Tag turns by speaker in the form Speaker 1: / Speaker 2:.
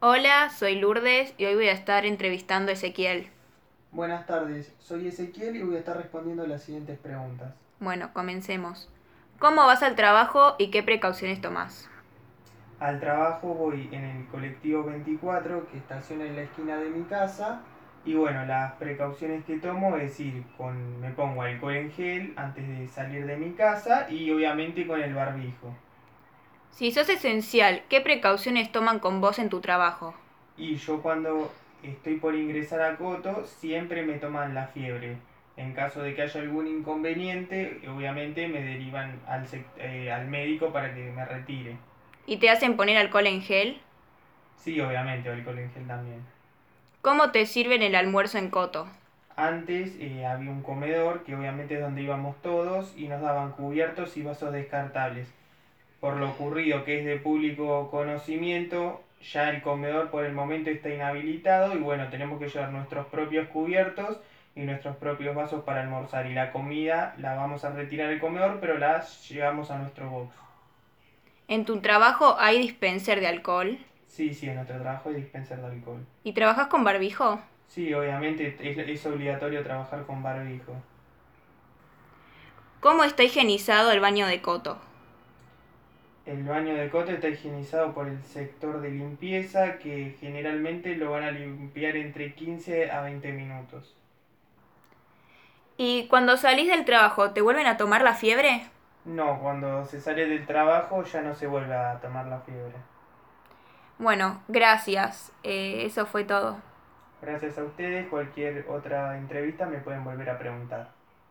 Speaker 1: Hola, soy Lourdes y hoy voy a estar entrevistando a Ezequiel.
Speaker 2: Buenas tardes, soy Ezequiel y voy a estar respondiendo las siguientes preguntas.
Speaker 1: Bueno, comencemos. ¿Cómo vas al trabajo y qué precauciones tomás?
Speaker 2: Al trabajo voy en el colectivo 24 que estaciona en la esquina de mi casa y bueno, las precauciones que tomo es ir con, me pongo alcohol en gel antes de salir de mi casa y obviamente con el barbijo.
Speaker 1: Si sos esencial, ¿qué precauciones toman con vos en tu trabajo?
Speaker 2: Y yo cuando estoy por ingresar a Coto siempre me toman la fiebre. En caso de que haya algún inconveniente, obviamente me derivan al, sec- eh, al médico para que me retire.
Speaker 1: ¿Y te hacen poner alcohol en gel?
Speaker 2: Sí, obviamente, alcohol en gel también.
Speaker 1: ¿Cómo te sirven el almuerzo en Coto?
Speaker 2: Antes eh, había un comedor que obviamente es donde íbamos todos y nos daban cubiertos y vasos descartables. Por lo ocurrido que es de público conocimiento, ya el comedor por el momento está inhabilitado y bueno, tenemos que llevar nuestros propios cubiertos y nuestros propios vasos para almorzar y la comida la vamos a retirar del comedor pero la llevamos a nuestro box.
Speaker 1: ¿En tu trabajo hay dispenser de alcohol?
Speaker 2: Sí, sí, en nuestro trabajo es dispensar de alcohol.
Speaker 1: ¿Y trabajas con barbijo?
Speaker 2: Sí, obviamente es, es obligatorio trabajar con barbijo.
Speaker 1: ¿Cómo está higienizado el baño de Coto?
Speaker 2: El baño de Coto está higienizado por el sector de limpieza que generalmente lo van a limpiar entre 15 a 20 minutos.
Speaker 1: ¿Y cuando salís del trabajo, te vuelven a tomar la fiebre?
Speaker 2: No, cuando se sale del trabajo ya no se vuelve a tomar la fiebre.
Speaker 1: Bueno, gracias. Eh, eso fue todo.
Speaker 2: Gracias a ustedes, cualquier otra entrevista me pueden volver a preguntar.